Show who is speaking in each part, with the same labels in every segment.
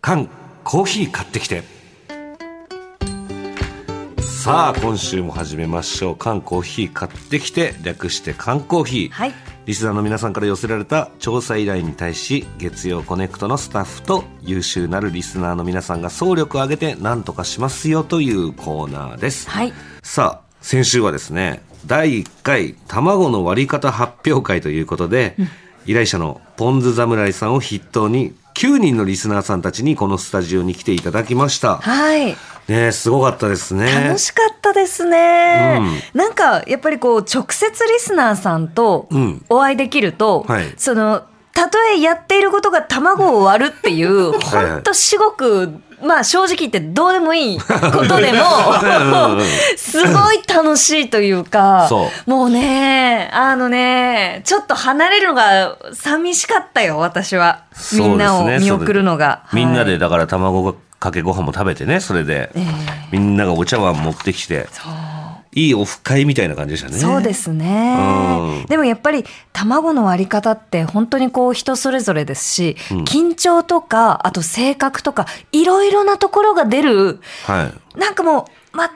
Speaker 1: 缶コーヒー買ってきてさあ今週も始めましょう缶コーヒー買ってきて略して缶コーヒー、
Speaker 2: はい
Speaker 1: リスナーの皆さんから寄せられた調査依頼に対し月曜コネクトのスタッフと優秀なるリスナーの皆さんが総力を挙げて何とかしますよというコーナーです、
Speaker 2: はい
Speaker 1: さあ先週はですね第1回卵の割り方発表会ということで、依頼者のポン酢侍さんを筆頭に9人のリスナーさんたちにこのスタジオに来ていただきました
Speaker 2: はい
Speaker 1: ねえすごかったですね
Speaker 2: 楽しかったですね、なんかやっぱりこう直接リスナーさんと
Speaker 1: うん
Speaker 2: お会いできると、
Speaker 1: はい
Speaker 2: そのたとえやっていることが卵を割るっていう
Speaker 1: はい
Speaker 2: ほんと至極まあ正直言ってどうでもいいことでも
Speaker 1: んうんうん
Speaker 2: すごい楽しいというか
Speaker 1: そ
Speaker 2: もうねあのねちょっと離れるのが寂しかったよ私はみんな
Speaker 1: そうで
Speaker 2: を
Speaker 1: すね
Speaker 2: 見送るのが、
Speaker 1: みんな
Speaker 2: はい
Speaker 1: でだから卵かけご飯も食べてねそれで、
Speaker 2: え
Speaker 1: みんながお茶碗持ってきて
Speaker 2: そう
Speaker 1: いいオフ会みたいな感じでしたね
Speaker 2: そうですね
Speaker 1: うん。
Speaker 2: でもやっぱり卵の割り方って本当にこう人それぞれですし、緊張とか、あと性格とか、いろいろなところが出る、
Speaker 1: はい
Speaker 2: なんかもう、ま、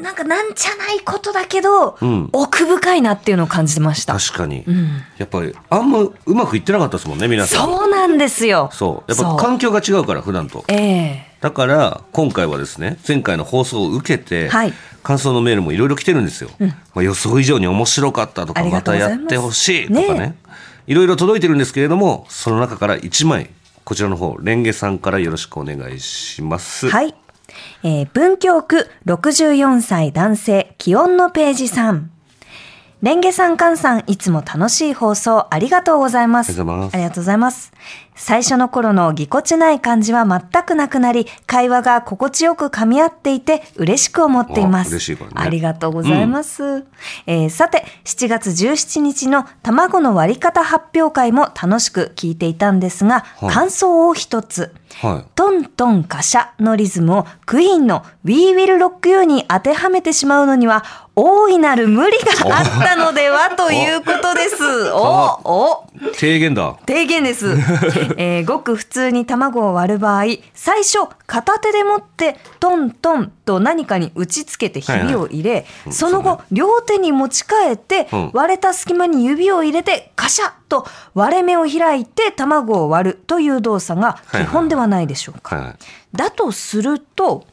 Speaker 2: なんかなんちゃないことだけど、
Speaker 1: うん
Speaker 2: 奥深いなっていうのを感じました。
Speaker 1: 確かに、
Speaker 2: ん
Speaker 1: やっぱりあんまうまくいってなかったですもんね皆さん
Speaker 2: そうなんですよ。
Speaker 1: そうやっぱ
Speaker 2: そう
Speaker 1: 環境が違うから普段と
Speaker 2: ええ
Speaker 1: だから今回はですね前回の放送を受けて、
Speaker 2: はい
Speaker 1: 感想のメールもいろいろ来てるんですよ、まあ、予想以上に面白かったとか
Speaker 2: あり
Speaker 1: ま
Speaker 2: がと
Speaker 1: た
Speaker 2: うござい
Speaker 1: や
Speaker 2: ます
Speaker 1: ってほしいとかね
Speaker 2: ね
Speaker 1: いろいろ届いてるんですけれどもその中から1枚こちらの方レンゲさんからよろしくお願いします
Speaker 2: はい。えー文京区64歳男性、気温のページさん。レンゲさん、カンさん、いつも楽しい放送ありがとうございます。
Speaker 1: ありがとうございます
Speaker 2: ありがとうございます。最初の頃のぎこちない感じは全くなくなり、会話が心地よく噛み合っていて、嬉しく思っていま
Speaker 1: あ
Speaker 2: す。
Speaker 1: 嬉しいからね
Speaker 2: ありがとうございます。えーさて、7月17日の卵の割り方発表会も楽しく聞いていたんですが、
Speaker 1: はい
Speaker 2: 感想を一つ。
Speaker 1: は
Speaker 2: トントンカシャのリズムをクイーンの We Will Rock You に当てはめてしまうのには大いなる無理があったのではということ です。おお
Speaker 1: い、提言だ
Speaker 2: 提言です、えーごく普通に卵を割る場合最初片手で持ってトントンと何かに打ちつけてひびを入れ、
Speaker 1: い
Speaker 2: その後、両手に持ち替えて、
Speaker 1: うん
Speaker 2: 割れた隙間に指を入れてカシャッと割れ目を開いて卵を割るという動作が基本ではないでしょうか。
Speaker 1: はいはい
Speaker 2: だとすると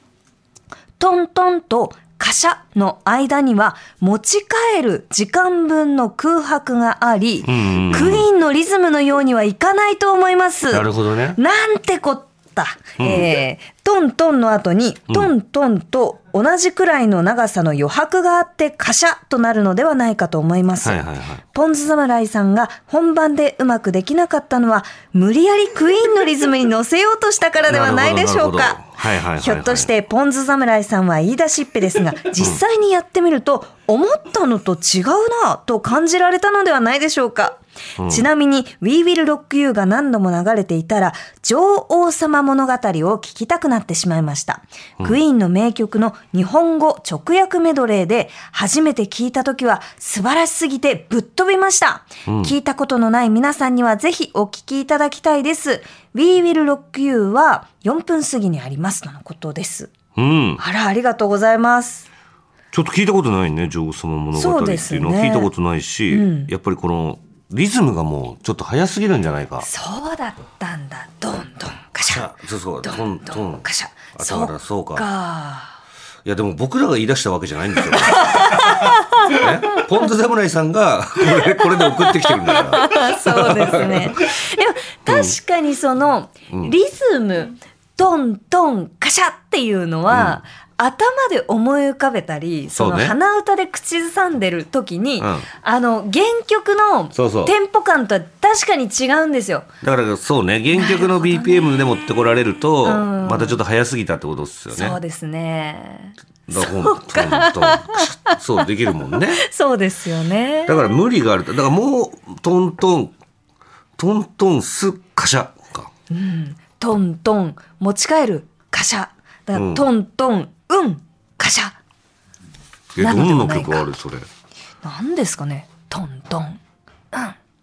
Speaker 2: トントンとカシャの間には持ち帰る時間分の空白があり、
Speaker 1: んうん
Speaker 2: クイーンのリズムのようにはいかないと思います。
Speaker 1: なるほどね
Speaker 2: なんてこった、えートントンの後にトントンと同じくらいの長さの余白があってカシャとなるのではないかと思います。
Speaker 1: はいはいはい
Speaker 2: ポン酢侍さんが本番でうまくできなかったのは無理やりクイーンのリズムに乗せようとしたからではないでしょう
Speaker 1: なるほどなる
Speaker 2: か
Speaker 1: ほどはいはいはいはい
Speaker 2: ひょっとしてポン酢侍さんは言い出しっぺですが実際にやってみると思ったのと違うなと感じられたのではないでしょうか、ちなみに「We Will Rock You」が何度も流れていたら女王様物語を聞きたくなってしまいました、クイーンの名曲の日本語直訳メドレーで初めて聞いた時は素晴らしすぎてぶっ飛びました、聞いたことのない皆さんにはぜひお聞きいただきたいです「We Will Rock You」は4分過ぎにありますとのことです
Speaker 1: うん
Speaker 2: あら、ありがとうございます。
Speaker 1: ちょっと聞いたことないね女王様物語っていうの
Speaker 2: そうです
Speaker 1: は
Speaker 2: ね
Speaker 1: 聞いたことないし、やっぱりこのリズムがもうちょっと早すぎるんじゃないか
Speaker 2: そうだったんだ。どんどんカシャ。
Speaker 1: そうそう
Speaker 2: ど
Speaker 1: トン
Speaker 2: ん
Speaker 1: ト
Speaker 2: ど
Speaker 1: ン
Speaker 2: んカシャ。
Speaker 1: あだからそうか
Speaker 2: か。
Speaker 1: いやでも僕らが言い出したわけじゃないんです よ。ね、ポン酢侍さんがこれこれで送ってきてるんだから。
Speaker 2: そうですね。でも、確かにその、リズム、どんどんカシャっていうのは、頭で思い浮かべたり、そ
Speaker 1: そう
Speaker 2: の
Speaker 1: ね
Speaker 2: 鼻歌で口ずさんでる時に、
Speaker 1: うん
Speaker 2: あの、原曲の
Speaker 1: そうそう
Speaker 2: テンポ感とは確かに違うんですよ。
Speaker 1: だからそうね原曲の BPM で持ってこられると
Speaker 2: ん
Speaker 1: またちょっと早すぎたってことですよね。
Speaker 2: そうですね。
Speaker 1: だからほんとほんとそうできるもんね。
Speaker 2: そうですよね。
Speaker 1: だから無理があるとだからもうトントントントンスカシャか。
Speaker 2: トントン持ち帰るカシャだから、
Speaker 1: うん
Speaker 2: トントンうんカシャ
Speaker 1: えど
Speaker 2: なんん
Speaker 1: な
Speaker 2: でもない
Speaker 1: 曲
Speaker 2: か
Speaker 1: あるそれ。
Speaker 2: なんですかねトントンうん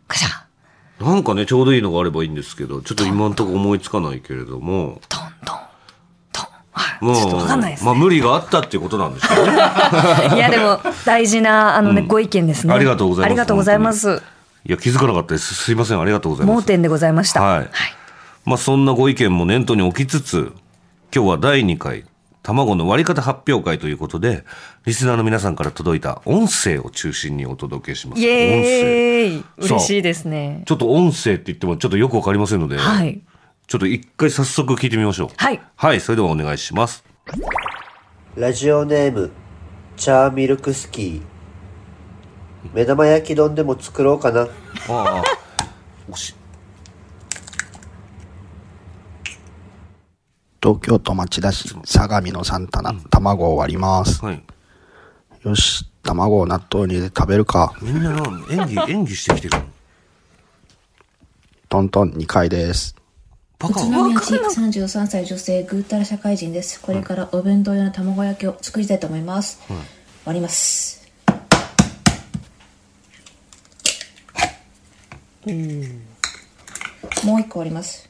Speaker 2: カシャ
Speaker 1: なんかねちょうどいいのがあればいいんですけどちょっと今んとこ思いつかないけれども。
Speaker 2: トンちょっとわかんないです
Speaker 1: ま
Speaker 2: ね。
Speaker 1: あ無理があったっていうことなんでし ょうね。
Speaker 2: いやでも大事なあのね、ご意見ですね。
Speaker 1: ありがとうございます
Speaker 2: ありがとうございます。
Speaker 1: いや気づかなかったです。すいませんありがとうございま
Speaker 2: 盲
Speaker 1: す。
Speaker 2: 点でございました。
Speaker 1: はいまあそんなご意見も念頭に置きつつ、今日は第2回卵の割り方発表会ということで、リスナーの皆さんから届いた音声を中心にお届けします。
Speaker 2: イ
Speaker 1: 音声。
Speaker 2: エーイ
Speaker 1: 声そう
Speaker 2: 嬉しいですね。
Speaker 1: ちょっと音声って言ってもちょっとよくわかりませんので、
Speaker 2: はい。
Speaker 1: ちょっと一回早速聞いてみましょう。
Speaker 2: はい。
Speaker 1: はい、それではお願いし ます。
Speaker 3: ラジオネーム、チャーミルクスキー。目玉焼き丼でも作ろうかな。
Speaker 1: ああ、惜しい。
Speaker 4: 東京都町田市相模のサンタナ、卵を割ります。
Speaker 1: はい。
Speaker 4: よし、卵を納豆に入れて食べるか。
Speaker 1: みんななん演 技、演技してきてるの。
Speaker 4: トントン2回です。
Speaker 1: バ
Speaker 5: 宇
Speaker 1: カ
Speaker 5: 都宮市33歳女性ぐうたら社会人ですこれからお弁当用の卵焼きを作りたいと思います、割りますもう一個割ります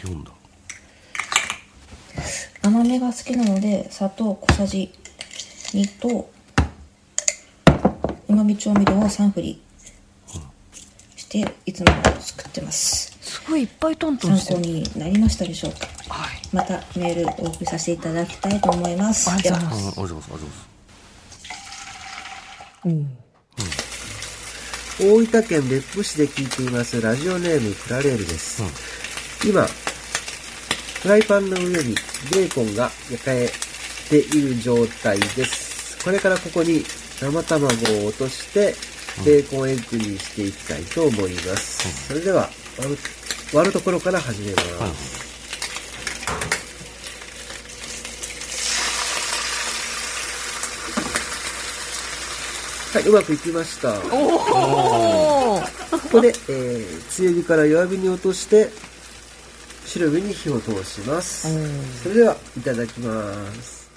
Speaker 1: 読んだ。
Speaker 5: 甘めが好きなので砂糖小さじ2とうまみ調味料を3振りしていつも作ってます
Speaker 2: すごいいっぱいトント
Speaker 5: 参
Speaker 2: ンして
Speaker 5: 考
Speaker 2: る。
Speaker 5: になりましたでしょうか
Speaker 2: はい。
Speaker 5: またメールお送りさせていただきたいと思います
Speaker 2: あり
Speaker 5: で
Speaker 2: が
Speaker 5: は
Speaker 2: とうござい
Speaker 1: あ
Speaker 2: ま
Speaker 1: あり
Speaker 2: す。
Speaker 1: がとうございます。ありがとうございます。
Speaker 3: 大分県別府市で聞いていますラジオネームプラレールです、今フライパンの上にベーコンが焼かれている状態ですこれからここに生卵を落としてベーコンエッグにしていきたいと思います、それでは割る割るところから始めます、はい、うまくいきました。
Speaker 2: おお。
Speaker 3: ここで、えー強火から弱火に落として白身に火を通しますそれではいただきます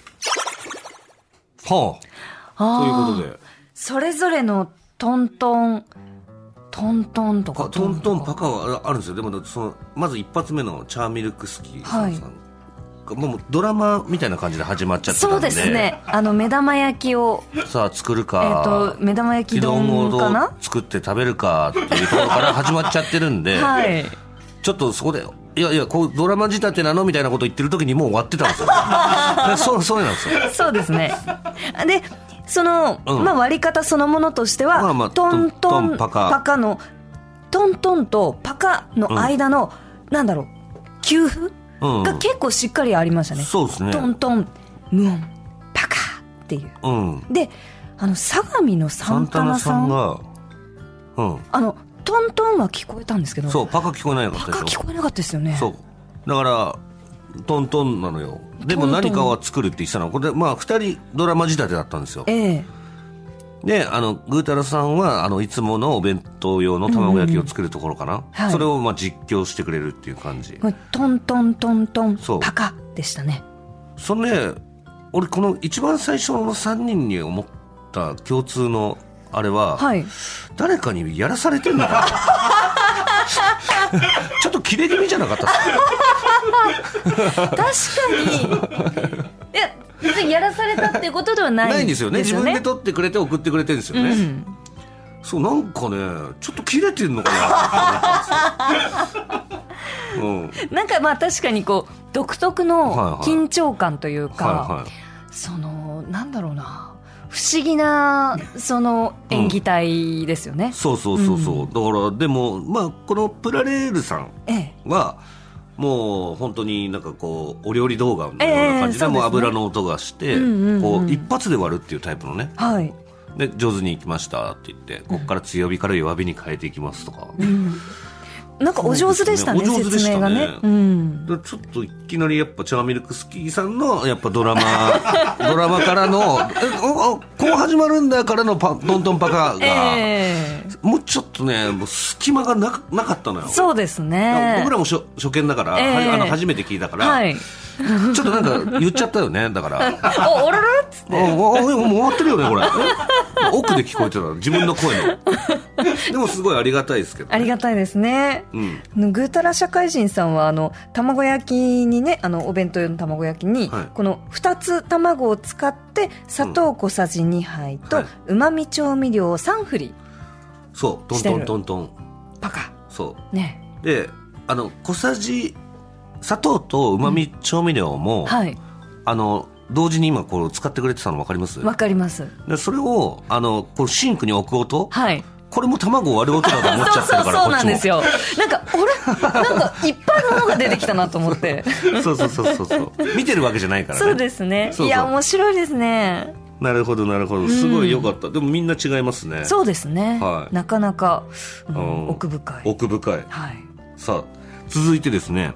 Speaker 1: はあ。ということで。
Speaker 2: それぞれのトントントントンとか
Speaker 1: パトントン
Speaker 2: とか
Speaker 1: パカはあるんですよ。でも、その、まず一発目のチャーミルクスキーさんが、もうドラマみたいな感じで始まっちゃってたん
Speaker 2: そう
Speaker 1: で。
Speaker 2: ですね。あの目玉焼きを
Speaker 1: さあ、作る
Speaker 2: えっ、
Speaker 1: か。
Speaker 2: と目玉焼き丼かな
Speaker 1: を。作って食べるかっていうところから始まっちゃってるんで、
Speaker 2: はい。
Speaker 1: ちょっとそこで、いやいや、こう、ドラマ仕立てなのみたいなこと言ってる時にもう終わってたんですよ。 でそう、そうなんですよ。
Speaker 2: そうですね。で、その、
Speaker 1: うん
Speaker 2: まあ割り方そのものとしては、
Speaker 1: まあまあ
Speaker 2: トント
Speaker 1: トントン
Speaker 2: ン
Speaker 1: パカ
Speaker 2: パカの、トントンとパカの間の、なんだろう、給付
Speaker 1: うん。
Speaker 2: が結構しっかりありましたね。
Speaker 1: そうですね。
Speaker 2: トントン、無音、パカっていう。
Speaker 1: うん。
Speaker 2: で、あの、相模のサ
Speaker 1: サン
Speaker 2: ン
Speaker 1: タ
Speaker 2: タ
Speaker 1: ナ
Speaker 2: ナ
Speaker 1: さ
Speaker 2: さ
Speaker 1: ん
Speaker 2: ん、
Speaker 1: が、うん。
Speaker 2: あの、トントンは聞こえたんですけど、
Speaker 1: そう、パカ聞こえないかっ
Speaker 2: パ
Speaker 1: た
Speaker 2: カ
Speaker 1: でし
Speaker 2: 聞
Speaker 1: ょ
Speaker 2: こ。えなかったですよね。
Speaker 1: そう。だから、トントンなのよ。でも
Speaker 2: トントン
Speaker 1: 何かは作るって言ってたの。これ、まあ、二人ドラマ仕立てだったんですよ。
Speaker 2: ええ。
Speaker 1: で、あの、ぐーたらさんは、あの、いつものお弁当用の卵焼きを作るところかな。
Speaker 2: はい
Speaker 1: それを、まあ、実況してくれるっていう感じ。
Speaker 2: もうトントントントン
Speaker 1: そう、
Speaker 2: パカでしたね。
Speaker 1: そのね、俺、この一番最初の三人に思った共通の、あれは、
Speaker 2: はい。
Speaker 1: 誰かにやらされてんのか なちょっと切れ気味じゃなかったっす
Speaker 2: 確かにいや別にやらされたっていうことではない
Speaker 1: ないんですよね自分で
Speaker 2: と
Speaker 1: 取ってくれて送ってくれてるんですよね、そうなんかねちょっと切れてんのかなって思ったん ですよ、
Speaker 2: なんかまあ確かにこう独特
Speaker 1: はいは
Speaker 2: の
Speaker 1: い
Speaker 2: 緊張感というか、
Speaker 1: はいはい
Speaker 2: そのなんだろうな不思議なその演技体ですよね
Speaker 1: うん、、そうそうそうそう、だからでもまあこのプラレールさん
Speaker 2: え
Speaker 1: はもう本当になんかこうお料理動画のような感じで,、
Speaker 2: ええそうですね
Speaker 1: もう油の音がして、
Speaker 2: うんうんうん
Speaker 1: こう一発で割るっていうタイプのね
Speaker 2: えはい、
Speaker 1: で上手にいきましたって言ってここから強火から弱火に変えていきますとか、
Speaker 2: なんかお上手でしたね
Speaker 1: そうですねお上手でし
Speaker 2: 説
Speaker 1: たね
Speaker 2: 明がね、うん、
Speaker 1: でちょっといきなりやっぱチャーミルクスキーさんのやっぱドラマ ドラマからのえおおこう始まるんだからのパトントンパカが、
Speaker 2: ええ
Speaker 1: もうちょっとねもう隙間がなかなかったのよ
Speaker 2: そうですね
Speaker 1: 僕らも初初見だから、
Speaker 2: ええ
Speaker 1: はあの初めて聞いたから、
Speaker 2: はい
Speaker 1: ちょっとなんか言っちゃったよねだから
Speaker 2: お、おろろっつ
Speaker 1: あああもう終わってるよねこれえ奥で聞こえてた自分の声 のでもすごいありがたいですけど、ね、
Speaker 2: ありが
Speaker 1: た
Speaker 2: たいですね。
Speaker 1: うん
Speaker 2: あのぐーたら社会人さんは、あの、卵焼きにね、あの、お弁当用の卵焼きに、
Speaker 1: はい
Speaker 2: この2つ卵を使って、砂糖小さじ2杯
Speaker 1: は
Speaker 2: と
Speaker 1: い、
Speaker 2: うま、み調味料を3振り、
Speaker 1: そうトン
Speaker 2: して
Speaker 1: トン
Speaker 2: る
Speaker 1: トントン
Speaker 2: パカ。
Speaker 1: そ
Speaker 2: ね。
Speaker 1: うであの小さじ砂糖とうまみ調味料も、
Speaker 2: はい。
Speaker 1: あの同時に今こう使ってくれてたの分かります
Speaker 2: わかります。
Speaker 1: でそれをあのこうシンクに置く音、
Speaker 2: はい。
Speaker 1: これも卵を割る音だと思っち
Speaker 2: そ
Speaker 1: ゃ
Speaker 2: う
Speaker 1: って
Speaker 2: そ
Speaker 1: る
Speaker 2: う
Speaker 1: から
Speaker 2: そうなんです
Speaker 1: こ
Speaker 2: よ。なんか、あれなんか、いっぱいものが出てきたなと思 って。
Speaker 1: っちもそうそうそうそうそう見てるわけじゃないからね
Speaker 2: そうですね。
Speaker 1: そうそう
Speaker 2: いや、面白いですね。
Speaker 1: なるほどなるほどすごい良かった、でもみんな違いますね
Speaker 2: そうですね。
Speaker 1: はい
Speaker 2: なかなか、うん
Speaker 1: うん
Speaker 2: 奥深い。
Speaker 1: 奥深い
Speaker 2: はい。
Speaker 1: さあ続いてですね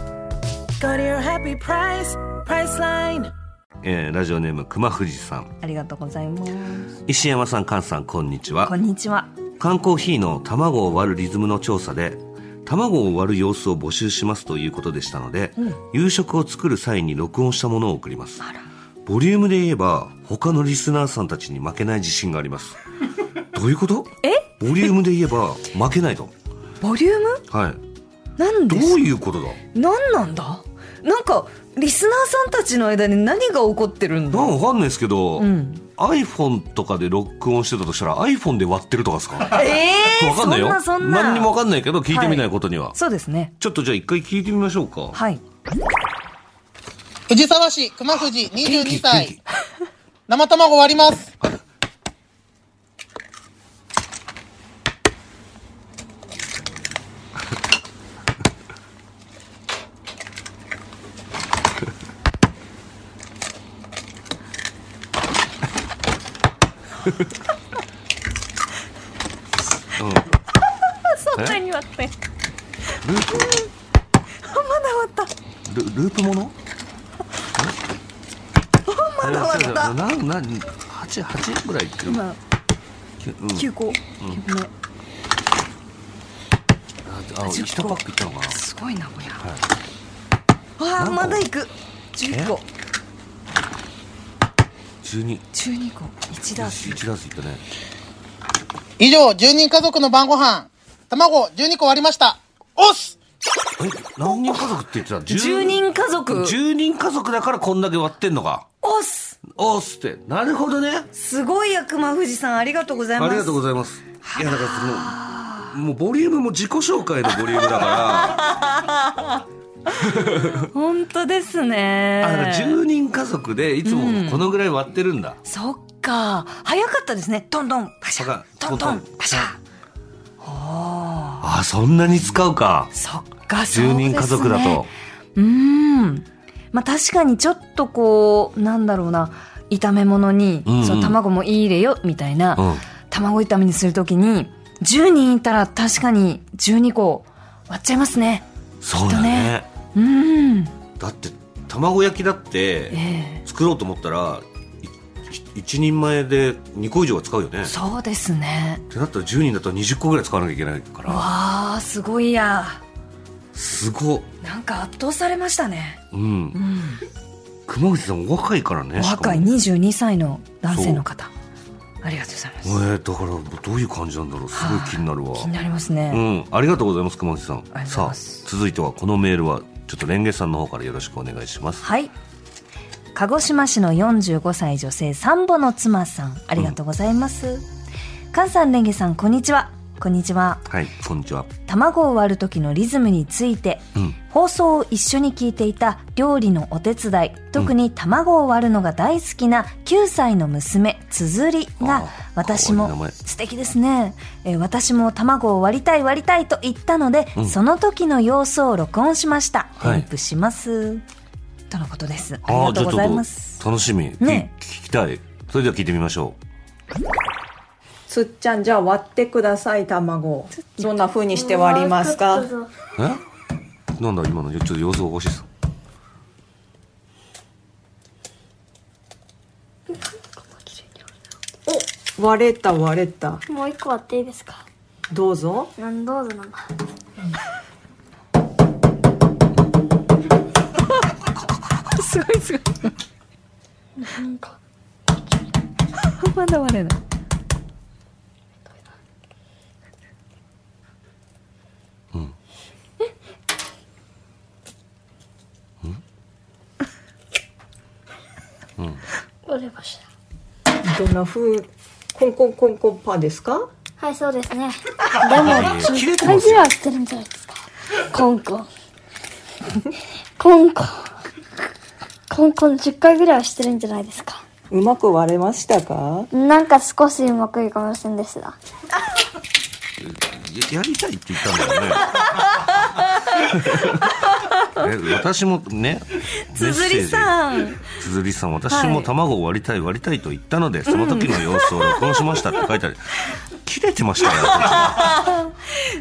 Speaker 6: Go to your happy price, price line.
Speaker 1: えーラジオネーム熊藤さん
Speaker 2: ありがとうございます。
Speaker 1: 石山さん菅さんこんにちは
Speaker 2: こんにちは。
Speaker 1: 缶コーヒーの卵を割るリズムの調査で卵を割る様子を募集しますということでしたので、夕食を作る際に録音したものを送りますボリュームで言えば他のリスナーさんたちに負けない自信があります どういうこと
Speaker 2: え
Speaker 1: ボリュームで言えば負けないと
Speaker 2: ボリューム
Speaker 1: はい
Speaker 2: なん
Speaker 1: どう
Speaker 2: です
Speaker 1: いうことだ
Speaker 2: なんなんだなんか、リスナーさんたちの間に何が起こってるんだ
Speaker 1: なんかわかんないですけど、
Speaker 2: ん
Speaker 1: iPhone とかで録音してたとしたら iPhone で割ってるとかですか
Speaker 2: ええ
Speaker 1: わかんないよ
Speaker 2: そんなそんな。
Speaker 1: 何にもわかんないけど聞いてみないことには、
Speaker 2: そうですね。
Speaker 1: ちょっとじゃあ一回聞いてみましょうか
Speaker 2: はい。
Speaker 7: 藤沢市熊藤22
Speaker 1: 元気
Speaker 7: 歳。生卵割ります。
Speaker 2: そんなに割って。
Speaker 1: ループ
Speaker 2: あ、まだ割った。
Speaker 1: ルループもの
Speaker 2: まだ割った。
Speaker 1: ななな八八ぐらいいってる。
Speaker 2: 今、
Speaker 1: きゅうん、
Speaker 2: 9
Speaker 1: あ
Speaker 2: 個。九個目
Speaker 1: あ
Speaker 2: 10
Speaker 1: 一パックいったのか
Speaker 2: すごいな、こりゃ。
Speaker 1: 何
Speaker 2: わあ、
Speaker 1: 個
Speaker 2: まだいく。10個。
Speaker 1: な。十二
Speaker 2: 12個。1だ。
Speaker 1: 一ダースいったね。
Speaker 7: 以上、10人家族の晩ご飯。卵12個割りました。おっす
Speaker 1: え何人家族って言ってた？
Speaker 2: 10人家族。
Speaker 1: 十人家族だからこんだけ割ってんのか。
Speaker 2: おっす。
Speaker 1: おーっすってなるほどね。
Speaker 2: すごい悪魔富士さん、ありがとうござい
Speaker 1: あ
Speaker 2: ます。
Speaker 1: りがとうございます。いやだからそのもうボリュームも自己紹介のボリュームだ か
Speaker 2: 本当ですね
Speaker 1: ら。あだから十人家族でいつもこのぐらい割ってるんだ。
Speaker 2: そっか早かったですねトントンパシャ
Speaker 1: パカ
Speaker 2: トントン
Speaker 1: トントン
Speaker 2: パシャ
Speaker 1: あそんなに使うか。
Speaker 2: そっかそう
Speaker 1: 十
Speaker 2: です、ね、
Speaker 1: 人家族だと。
Speaker 2: うーんまあ確かにちょっとこうなんだろうな炒め物に、
Speaker 1: うんうん
Speaker 2: その卵もいい入れよみたいな、
Speaker 1: うん
Speaker 2: 卵炒めにするときに10人いたら確かに12個割っちゃいますね
Speaker 1: そうだね。
Speaker 2: うーん
Speaker 1: だって卵焼きだって。
Speaker 2: ええ
Speaker 1: 作ろうと思ったらい一人前で2個以上は使うよねっ
Speaker 2: そうですね
Speaker 1: てなったら10人だったら20個ぐらい使わなきゃいけないから
Speaker 2: わあすごいや
Speaker 1: すごっ
Speaker 2: なんか圧倒されましたね
Speaker 1: うん、
Speaker 2: うん
Speaker 1: 熊口さんお若いからね
Speaker 2: お若い
Speaker 1: しかも
Speaker 2: 22歳の男性の方ありがとうございます
Speaker 1: えー、だからどういう感じなんだろうすごい気になるわ
Speaker 2: 気になりますね、
Speaker 1: うんありがとうございます熊口さ
Speaker 2: ありがとうご
Speaker 1: ん
Speaker 2: ざい
Speaker 1: さ
Speaker 2: ま
Speaker 1: あ
Speaker 2: す
Speaker 1: 続いてはこのメールはちょっとレンゲさんの方からよろしくお願いします
Speaker 2: はい鹿児島市の45歳女性サンボの妻さんありがとうございます、菅さんレンゲさんこんにちはこんにちは
Speaker 1: はいこんにちは
Speaker 2: 卵を割る時のリズムについて、
Speaker 1: うん
Speaker 2: 放送を一緒に聞いていた料理のお手伝い特に卵を割るのが大好きな9歳の娘つづり
Speaker 1: あ
Speaker 2: が
Speaker 1: ー
Speaker 2: 私
Speaker 1: かわいい名
Speaker 2: も
Speaker 1: 前
Speaker 2: 素敵ですね、えー私も卵を割りたい割りたいと言ったので、
Speaker 1: ん
Speaker 2: その時の様子を録音しました
Speaker 1: はい
Speaker 2: 添付します、とのことです。あり
Speaker 1: あ
Speaker 2: が
Speaker 1: あ、じ
Speaker 2: とう
Speaker 1: ゃあ
Speaker 2: ご
Speaker 1: ちょ
Speaker 2: ざいま
Speaker 1: っ
Speaker 2: す。
Speaker 1: と楽しみ、き
Speaker 2: ね
Speaker 1: 聞きたい。それでは聞いてみましょう。
Speaker 8: すっちゃんじゃあ割ってください卵どんな風にして割りますか
Speaker 1: えなんだ今のちょっと様子がおかしいです。
Speaker 8: 割れた割れた
Speaker 9: もう一個割っていいですか
Speaker 8: どうぞ
Speaker 9: なんどうぞなんだ
Speaker 2: すごいすごい。まだ割れない。
Speaker 9: 折れました
Speaker 8: どんな風コンコンコンコンパンですか
Speaker 9: はいそうです ねでも
Speaker 1: 切れて
Speaker 9: 10
Speaker 1: ま
Speaker 9: 回
Speaker 1: す
Speaker 9: ぐ
Speaker 1: よ
Speaker 9: らい割ってるんじゃないですかコンコンコンコンコンコン10回ぐらいはしてるんじゃないですか
Speaker 8: うまく割れましたか
Speaker 9: なんか少しうまくいかませんでした
Speaker 1: ややりたいって言ったんだよ ね。え私もね、メ ッ
Speaker 2: つ
Speaker 1: セー
Speaker 2: づ
Speaker 1: ジ
Speaker 2: りさん。
Speaker 1: つづりさん、私も卵を割りたい、割りたいと言ったので、その時の様子を録音しましたって書いて ある。切れてましたよ。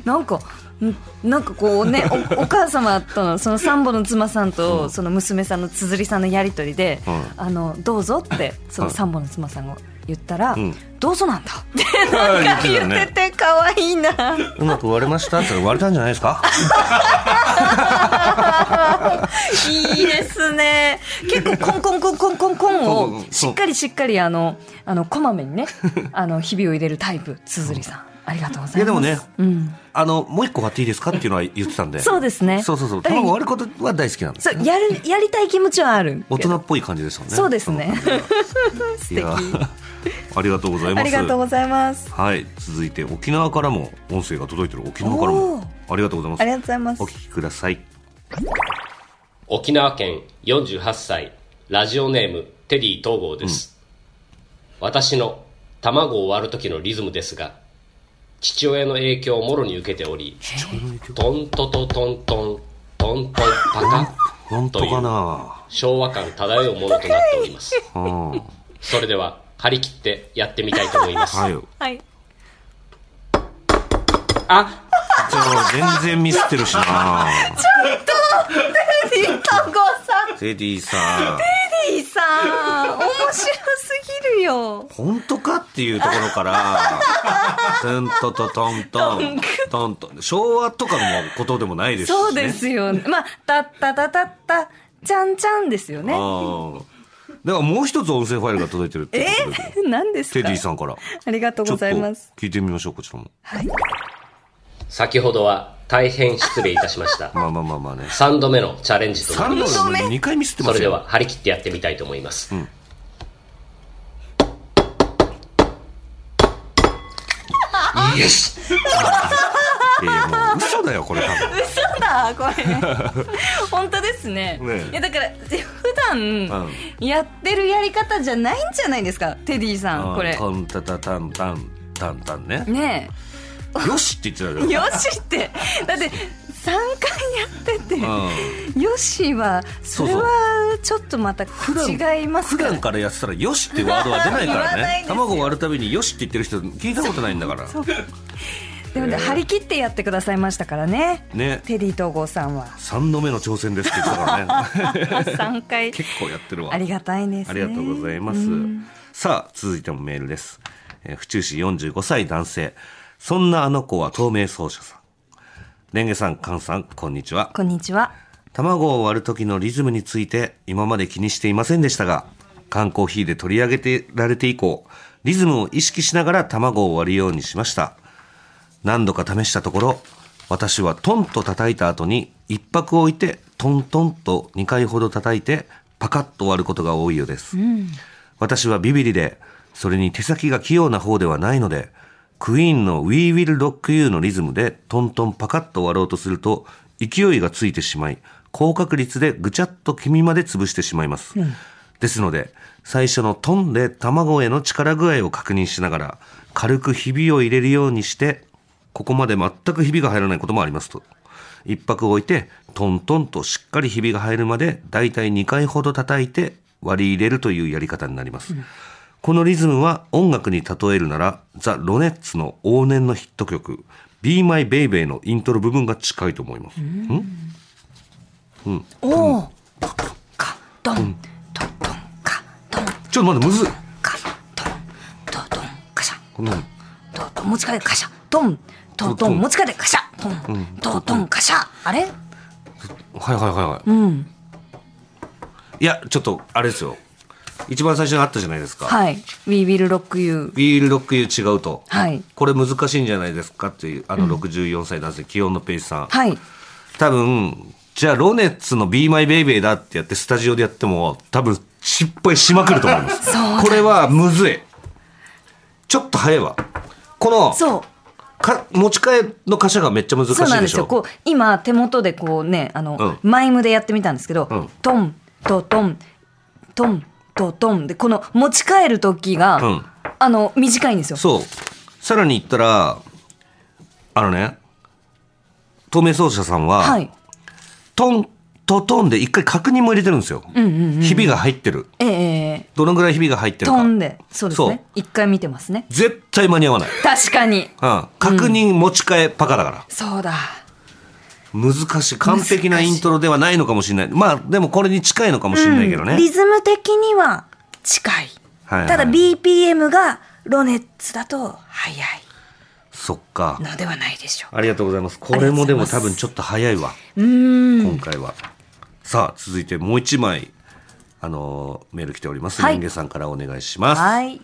Speaker 2: なんか、んなんかこうね、 おお母様との、その三本の妻さんと、その娘さんのつづりさんのやりとりで、
Speaker 1: うん
Speaker 2: あの、どうぞって、その三本の妻さんが言ったら、
Speaker 1: ん
Speaker 2: どうぞ なんだって
Speaker 1: 言ってたよ
Speaker 2: 言っ
Speaker 1: ね
Speaker 2: て。て、可愛いな。
Speaker 1: うまく割れましたって割れたんじゃないですか
Speaker 2: いいですね。結構、コンコンコンコンコンコンを、しっかりしっかり、あの、あの、こまめに ね、あの、日々を入れるタイプ、つづりさん。ありがとうございます。
Speaker 1: いやでもね、
Speaker 2: うん。
Speaker 1: あの、もう一個割っていいですかっていうのは言ってたんで。
Speaker 2: そうですね
Speaker 1: そうそうそう。卵割ることは大好きなんです。
Speaker 2: そう、やる、やりたい気持ちはある。
Speaker 1: 大人っぽい感じですよね。
Speaker 2: そうですね。
Speaker 1: いや。ありがとうございます。
Speaker 2: ありがとうございます。
Speaker 1: はい、続いて沖縄からも音声が届いてる沖縄からも
Speaker 2: おー
Speaker 1: ありがとうございます。
Speaker 2: ありがとうございます
Speaker 1: お聞きください。
Speaker 10: 沖縄県48歳、ラジオネーム、テディ東郷です。私の卵を割る時のリズムですが、父親の影響をもろに受けており、トントトトントン、トントンパ
Speaker 1: 本
Speaker 10: カ
Speaker 1: 当
Speaker 10: とい
Speaker 1: か
Speaker 10: う
Speaker 1: な。
Speaker 10: 昭和感漂うものとなっております。
Speaker 1: うん。は
Speaker 10: それでは、張り切ってやってみたいと思います。
Speaker 1: い。
Speaker 2: はい。
Speaker 10: あ、
Speaker 1: じゃあ全然ミスってるしな。
Speaker 2: テディタゴさん。
Speaker 1: テディさん、
Speaker 2: テディさん、面白すぎるよ。
Speaker 1: 本当かっていうところから、 トントトトントン、トントン、昭和とかのことでもないですしね。
Speaker 2: そうですよね。まあ、たったたたった、ちゃんちゃんですよ
Speaker 1: あ
Speaker 2: ね。
Speaker 1: ー。だからもう一つ音声ファイルが届いてるって
Speaker 2: え
Speaker 1: ことで
Speaker 2: 何ですか
Speaker 1: テディさんから。
Speaker 2: ありがとう
Speaker 1: ち
Speaker 2: ご
Speaker 1: ょっと
Speaker 2: ざいます。
Speaker 1: 聞いてみましょう、こちらも。
Speaker 10: 先ほどは大変失礼いたしました。
Speaker 1: まあまあまあまあね。
Speaker 10: 3度目のチャレンジとなります
Speaker 1: 三度目二回ミスって
Speaker 10: そ
Speaker 1: ま
Speaker 10: れ
Speaker 1: す
Speaker 10: で
Speaker 1: よ。
Speaker 10: は張り切ってやってみたいと思います、イエス
Speaker 1: いやいやもう嘘だよこれ多分
Speaker 2: 嘘だ、こ れ。本当ですね。
Speaker 1: ねえ
Speaker 2: いや、だから、普段、
Speaker 1: うん
Speaker 2: やってるやり方じゃないんじゃないですか、テディさん、 これ。
Speaker 1: タンタタタンタンタンタンね
Speaker 2: ね
Speaker 1: よしって言ってた
Speaker 2: え。
Speaker 1: じ
Speaker 2: よしって。だって、3回やってて。
Speaker 1: ゃん、うん、
Speaker 2: よしはそれはちょっとまた違います
Speaker 1: 普
Speaker 2: から
Speaker 1: 段からやってたら「よし」ってワードは出ないから
Speaker 2: 言わないで
Speaker 1: ね
Speaker 2: すよ
Speaker 1: 卵割るたびに「よし」って言ってる人聞いたことないんだから
Speaker 2: でもね
Speaker 1: えー
Speaker 2: 張り切ってやってくださいましたからね
Speaker 1: ね
Speaker 2: テディ東郷さんは
Speaker 1: 3度目の挑戦ですって言ってた からね
Speaker 2: 3回
Speaker 1: 結構やってるわ
Speaker 2: ありがたいです
Speaker 1: あ
Speaker 2: ね
Speaker 1: りがとうございます。さあ、続いてもメールです。えー府中市45歳男性。そんなあの子は透明奏者さん。レンゲさん、カンさん、こんにちは。
Speaker 2: こんにちは
Speaker 1: 卵を割る時のリズムについて今まで気にしていませんでしたが、缶コーヒーで取り上げてられて以降、リズムを意識しながら卵を割るようにしました。何度か試したところ、私はトンと叩いた後に一泊置いてトントンと2回ほど叩いてパカッと割ることが多いようです。私はビビリで、それに手先が器用な方ではないので、クイーンの We Will Rock You のリズムでトントンパカッと割ろうとすると、勢いがついてしまい、高確率でぐちゃっと黄身まで潰してしまいます。ですので、最初のトンで卵への力具合を確認しながら、軽くひびを入れるようにして、ここまで全くひびが入らないこともありますと。一泊置いて、トントンとしっかりひびが入るまで、だいたい2回ほど叩いて割り入れるというやり方になります。このリズムは音楽に例えるなら、ザ・ロネッツの往年のヒット曲、Be My Baby のイントロ部分が近いと思います。んうん。
Speaker 2: おおー。ドンカドン。
Speaker 1: ちょっと待って、むずい。こんなの
Speaker 2: ドンドン持ち帰れカシャドンドンドン持ち帰れカシャドン
Speaker 1: うん
Speaker 2: ドンドンカシャあれ
Speaker 1: はいはいはいはい。
Speaker 2: うん
Speaker 1: いや、ちょっと、あれですよ。一番最初にあったじゃないですか。
Speaker 2: はい「We Will Rock You
Speaker 1: ビールロックユー違うと」。
Speaker 2: はい
Speaker 1: これ難しいんじゃないですかっていう、あの
Speaker 2: うん
Speaker 1: 64歳男性、気温のペイさん。
Speaker 2: はい
Speaker 1: 多分、じゃあロネッツの Be My Baby だってやって、スタジオでやっても、多分、失敗しまくると思います。
Speaker 2: そうだ
Speaker 1: これは、むずい。ちょっと早いわ。この、か持ち替えの歌詞がめっちゃ難しいでし
Speaker 2: そ
Speaker 1: ょ。
Speaker 2: うなんですよこう今手元でこうねあの、
Speaker 1: う
Speaker 2: マイムでやってみたんですけど、
Speaker 1: うん
Speaker 2: トントトントントトンでこの持ち帰る時が、
Speaker 1: うん。
Speaker 2: あの短いんですよ
Speaker 1: そう。さらに言ったら、あのね、透明奏者さんは、
Speaker 2: はい
Speaker 1: トン、トトンで一回確認も入れてるんですよ。
Speaker 2: うんうんうん
Speaker 1: ひびが入ってる。
Speaker 2: えええ
Speaker 1: どのぐらいひびが入って
Speaker 2: え
Speaker 1: る
Speaker 2: ト
Speaker 1: か。
Speaker 2: ンでそうですね一回見てますね
Speaker 1: 絶対間に合わない。
Speaker 2: 確かに
Speaker 1: うん。確認持ち替えパカだから。
Speaker 2: そうだ
Speaker 1: 難しい。完璧なイントロではないのかもしれない。まあ、でもこれに近いのかもしれないけどね。
Speaker 2: うんリズム的には近い
Speaker 1: はいはい
Speaker 2: ただ BPM がロネッツだと速い
Speaker 1: そっか。
Speaker 2: のではないでしょ
Speaker 1: ありがとうございます。これもでも多分ちょっと早いわ。
Speaker 2: ううー
Speaker 1: 今
Speaker 2: ん
Speaker 1: 回は。さあ、続いてもう一枚、あのーメール来ております。
Speaker 2: はい
Speaker 1: レンゲさんからお願いします。
Speaker 2: はい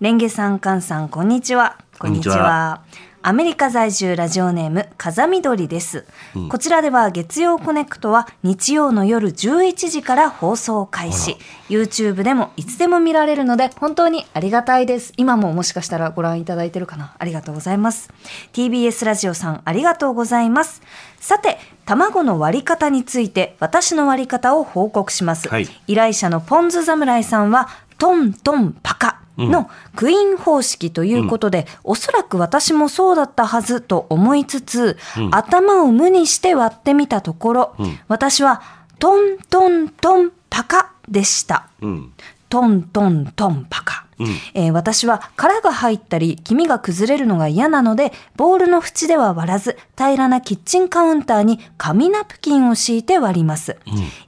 Speaker 2: レンゲさんカンさんこんにちは
Speaker 1: こんにちは
Speaker 2: アメリカ在住ラジオネーム風見鶏です、
Speaker 11: うん
Speaker 2: こちらでは月曜コネクトは日曜の夜11時から放送開始 YouTube でもいつでも見られるので本当にありがたいです今ももしかしたらご覧いただいてるかなありがとうございます TBS ラジオさんありがとうございますさて卵の割り方について私の割り方を報告します、
Speaker 11: はい
Speaker 2: 依頼者のポンズ侍さんはトントンパカのクイーン方式ということで、おそらく私もそうだったはずと思いつつ、
Speaker 11: うん
Speaker 2: 頭を無にして割ってみたところ、
Speaker 11: うん
Speaker 2: 私はトントントンパカでした。
Speaker 1: うん。
Speaker 2: トントントンパカ。
Speaker 1: うん。
Speaker 2: えー私は殻が入ったり黄身が崩れるのが嫌なのでボールの縁では割らず平らなキッチンカウンターに紙ナプキンを敷いて割ります、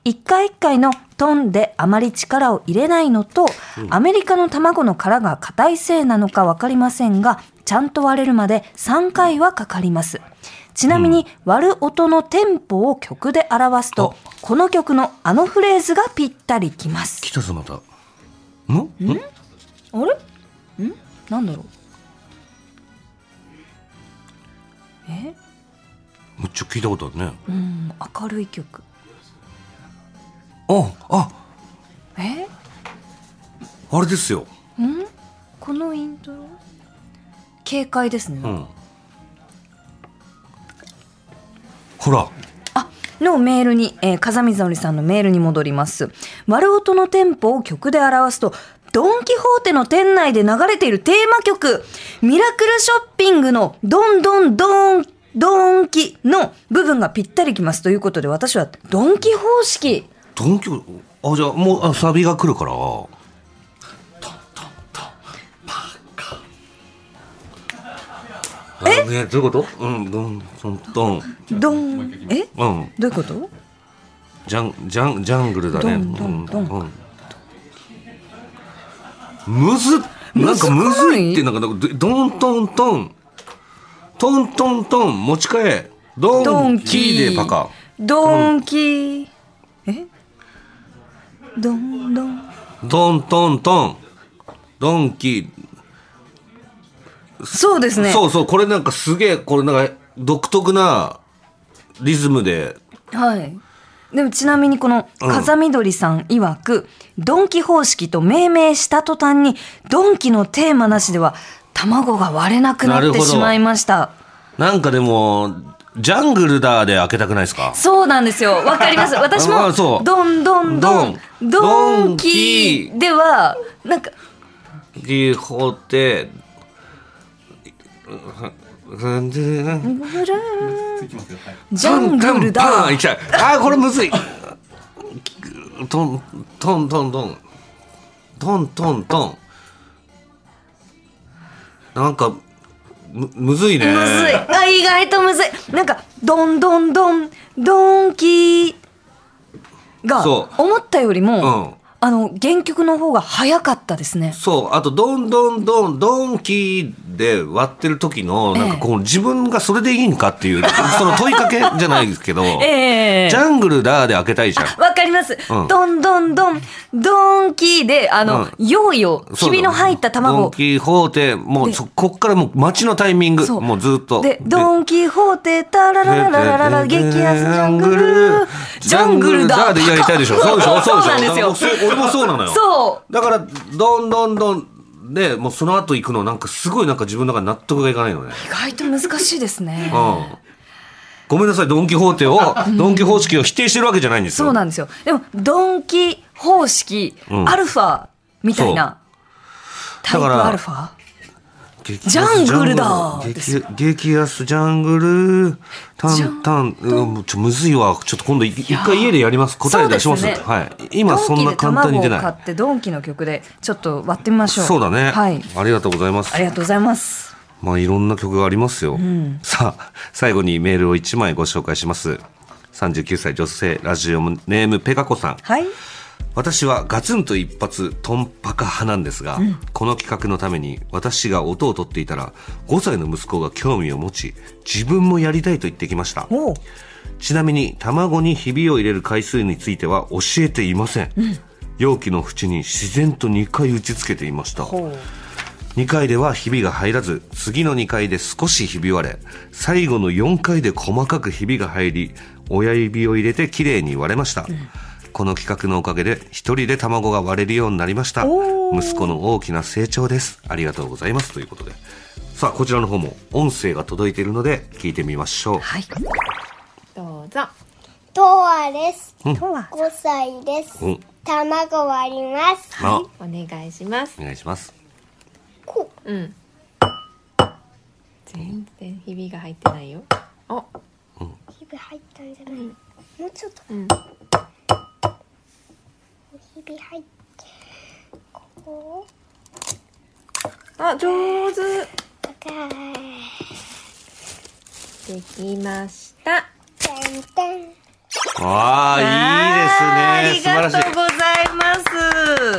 Speaker 2: 一回一回のトンであまり力を入れないのと、アメリカの卵の殻が硬いせいなのかわかりませんがちゃんと割れるまで3回はかかりますちなみに割る音のテンポを曲で表すと、この曲のあのフレーズがぴったりきます
Speaker 1: 来たぞ、また。んん
Speaker 2: あれんなんだろうえ
Speaker 1: めっちゃ聞いたことあるね。
Speaker 2: うん明るい曲
Speaker 1: あ、あ、
Speaker 2: え
Speaker 1: あれですよ。
Speaker 2: んこのイントロ軽快ですね、
Speaker 1: うん。ほら。
Speaker 2: のメールに、えー、風見沙織さんのメールに戻ります丸音のテンポを曲で表すとドン・キホーテの店内で流れているテーマ曲「ミラクルショッピング」の「ドンドンドンドンキ」の部分がぴったりきますということで私はドン・キ方式
Speaker 1: ドンキョあ、じゃあもう、あ、サビが来るから。トントントン、パカ。えね、どういうことうん、ドン、トントン。
Speaker 2: ドンえ
Speaker 1: うん。
Speaker 2: どういうこと
Speaker 1: ジャン、ジャン、ジャングルだね。
Speaker 2: ドンドンドン
Speaker 1: うんうんむずっなんかむずいってなんかなんかどどんトントントントントン持ち替えドンキーでパカ
Speaker 2: ドンキー、えドンドン
Speaker 1: ドントントンドンキー
Speaker 2: そうですね
Speaker 1: そうそうこれなんかすげえこれなんか独特なリズムで
Speaker 2: はいでもちなみにこの
Speaker 1: うん
Speaker 2: 風見鶏さん曰く、ドンキ方式と命名した途端にドンキのテーマなしでは卵が割れなくな
Speaker 1: なる
Speaker 2: っ
Speaker 1: ほ
Speaker 2: て
Speaker 1: ど
Speaker 2: しまいました
Speaker 1: なんかでもジャングルだで開けたくないですか
Speaker 2: そうなんですよわかり ます私
Speaker 1: あそ
Speaker 2: も
Speaker 1: う
Speaker 2: ドンドンドン
Speaker 1: ドン
Speaker 2: ドン
Speaker 1: ドン
Speaker 2: キ
Speaker 1: キ
Speaker 2: ではなんか
Speaker 1: 技法って
Speaker 2: ジャングルだ
Speaker 1: あ行きたいあーこれむずいトントントントントントントンなんかむむずいね
Speaker 2: むずいあ意外とむずいなんかどんどんどんドンキーが
Speaker 1: そ
Speaker 2: 思ったよりも、
Speaker 1: うん
Speaker 2: あの原曲の方が早かったですね
Speaker 1: そうあとどんどんどんドンキーで割ってる時のなんかこう自分がそれでいいんかっ ていうその問いかけじゃないですけど、
Speaker 2: ええ
Speaker 1: ジャングルだーで開けたいじゃん
Speaker 2: わかります、
Speaker 1: うん
Speaker 2: どんどんどんドンキーであの、
Speaker 1: うん
Speaker 2: 用意を
Speaker 1: そう
Speaker 2: ひびの入った
Speaker 1: ドン
Speaker 2: 卵
Speaker 1: キホーテもうそこっからもう街のタイミング
Speaker 2: そう
Speaker 1: もうずっと
Speaker 2: でドンキホーテタラララララララ激安ジャングル
Speaker 1: ジャングルだーでやりたいでしょそうでしょそうでし
Speaker 2: そ
Speaker 1: ょ
Speaker 2: うなんですよ
Speaker 1: だからそう俺もそうなのよ
Speaker 2: そう
Speaker 1: だからどんどんどんでもうその後行くのなんかすごいなんか自分の中で納得がいかないのね
Speaker 2: 意外と難しいですね、
Speaker 1: うんごめんなさいドン・キホーテをドン・キ方式を否定してるわけじゃないんですよ
Speaker 2: そうなんですよでもドンキ方式、
Speaker 1: うん
Speaker 2: アルファみたいなタイプ
Speaker 1: だから
Speaker 2: アルファ
Speaker 1: 激安
Speaker 2: ジャングルだ
Speaker 1: ジャングル激激安ジャングルタンタンうんちょむずいわちょっと今度い一回家でやります答え出します
Speaker 2: そうですね
Speaker 1: はい今そんな簡単に
Speaker 2: ドンキ
Speaker 1: 出
Speaker 2: で卵
Speaker 1: な
Speaker 2: を
Speaker 1: い
Speaker 2: 買ってドンキの曲でちょっと割ってみましょう
Speaker 1: そうだね
Speaker 2: はい
Speaker 1: ありがとうございます
Speaker 2: ありがとうございます
Speaker 1: まあいろんな曲がありますよ、
Speaker 2: ん
Speaker 1: さあ最後にメールを1枚ご紹介します39歳女性ラジオネームペカ子さん
Speaker 2: はい
Speaker 1: 私はガツンと一発トンパカ派なんですが、
Speaker 2: うん
Speaker 1: この企画のために私が音を取っていたら5歳の息子が興味を持ち自分もやりたいと言ってきましたちなみに卵にひびを入れる回数については教えていません、容器の縁に自然と2回打ち付けていました2回ではひびが入らず次の2回で少しひび割れ最後の4回で細かくひびが入り親指を入れてきれいに割れました、この企画のおかげで一人で卵が割れるようになりました息子の大きな成長ですありがとうございますということでさあこちらの方も音声が届いているので聞いてみましょう
Speaker 2: はい
Speaker 11: どうぞ。
Speaker 12: とわです。
Speaker 1: うん
Speaker 12: 五歳です。
Speaker 1: うん
Speaker 12: 卵割ります。
Speaker 1: あ
Speaker 11: お願いします。
Speaker 1: お願いします
Speaker 11: こう。ん。全然ひびが入ってないよ。お。
Speaker 12: ひび入ったんじゃない。もうちょっと。
Speaker 11: うん。
Speaker 12: ひび入って。ここ。
Speaker 11: あ、上手。
Speaker 12: 高い。
Speaker 11: できました。
Speaker 12: てんてん。
Speaker 1: わあいいですね素晴らしい
Speaker 2: ありがとうございま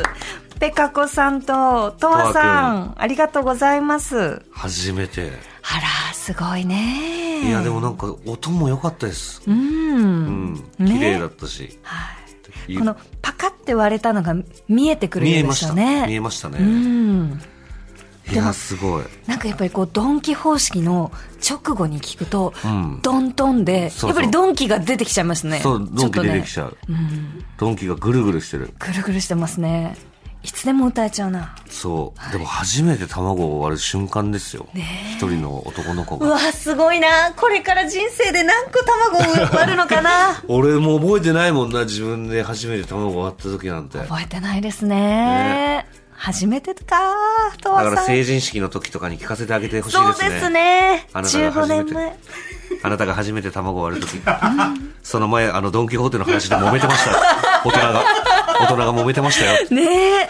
Speaker 2: すペカ子さんととわさんありがとうございます
Speaker 1: 初めて
Speaker 2: あらすごいね
Speaker 1: いやでもなんか音も良かったです
Speaker 2: う、
Speaker 1: うんん
Speaker 2: ね
Speaker 1: 綺麗だったし、いい
Speaker 2: このパカって割れたのが見えてくる
Speaker 1: 見
Speaker 2: よ
Speaker 1: え
Speaker 2: うで
Speaker 1: ま
Speaker 2: し
Speaker 1: したた
Speaker 2: ね
Speaker 1: 見えましたね、
Speaker 2: うん
Speaker 1: いやすごい
Speaker 2: なんかやっぱりこうドンキ方式の直後に聞くと、
Speaker 1: うん
Speaker 2: ドントンで
Speaker 1: そうそう
Speaker 2: やっぱりドンキが出てきちゃいますね
Speaker 1: そうドンキ出てき
Speaker 2: ゃ
Speaker 1: ちゃう
Speaker 2: う、うん、
Speaker 1: ドンキがぐるぐるしてる
Speaker 2: ぐるぐるしてますねいつでも歌えちゃうな
Speaker 1: そう、でも初めて卵を割る瞬間ですよ
Speaker 2: ね
Speaker 1: 一人の男の子
Speaker 2: う
Speaker 1: が
Speaker 2: わすごいなこれから人生で何個卵を割るのか な
Speaker 1: 俺もう覚えてないもんな自分で初めて卵割った時なんてだ
Speaker 2: 覚
Speaker 1: か
Speaker 2: えてないですね初めてかとわ
Speaker 1: ら
Speaker 2: さん
Speaker 1: 成人式の時とかに聞かせてあげてほしい
Speaker 2: そう
Speaker 1: ですね
Speaker 2: ですね
Speaker 1: あなたが
Speaker 2: 15年
Speaker 1: 初めて
Speaker 2: 前
Speaker 1: あなたが初めて卵割る時その前あのドン・キホーテの話で揉めてま したよ大人が大人が揉めてましたよ
Speaker 2: ねえ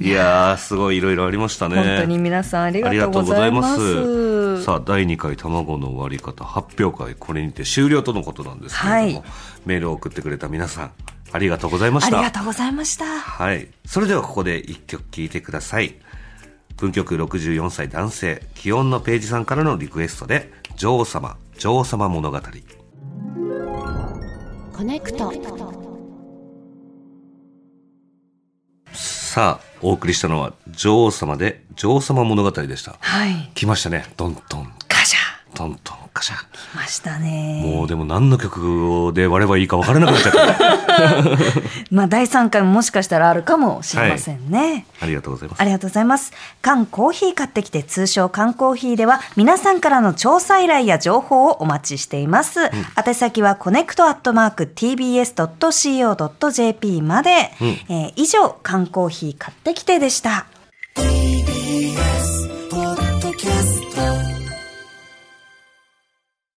Speaker 1: いやーすごいいろいろありましたね
Speaker 2: 本当に皆さんありがとうございます
Speaker 1: ありがとうございますさあ第2回卵の割り方発表会これにて終了とのことなんですけれども、
Speaker 2: は
Speaker 1: メールを送ってくれた皆さんありがとうございま
Speaker 2: あ
Speaker 1: し
Speaker 2: り
Speaker 1: た
Speaker 2: がとうございました
Speaker 1: はいそれではここで1曲聴いてください文曲64歳男性気温のページさんからのリクエストで「女王様女王様物語」
Speaker 13: コネクト。
Speaker 1: さあお送りしたのは「女王様」で「女王様物語」でした
Speaker 2: はい
Speaker 1: 来ましたねトントン
Speaker 2: ガシャ
Speaker 1: トントンカシャ
Speaker 2: 来ましたね
Speaker 1: もうでも何の曲で割ればいいか分からなくなっちゃった。
Speaker 2: まあ第3回ももしかしたらあるかもしれませんね、
Speaker 1: ありがとうございます。
Speaker 2: ありがとうございます。缶コーヒー買ってきて、通称缶コーヒーでは、皆さんからの調査依頼や情報をお待ちしています。宛先は、コネクトアットマーク tbs.co.jp まで。
Speaker 14: うん
Speaker 2: えー以上、缶コーヒー買ってきてでした。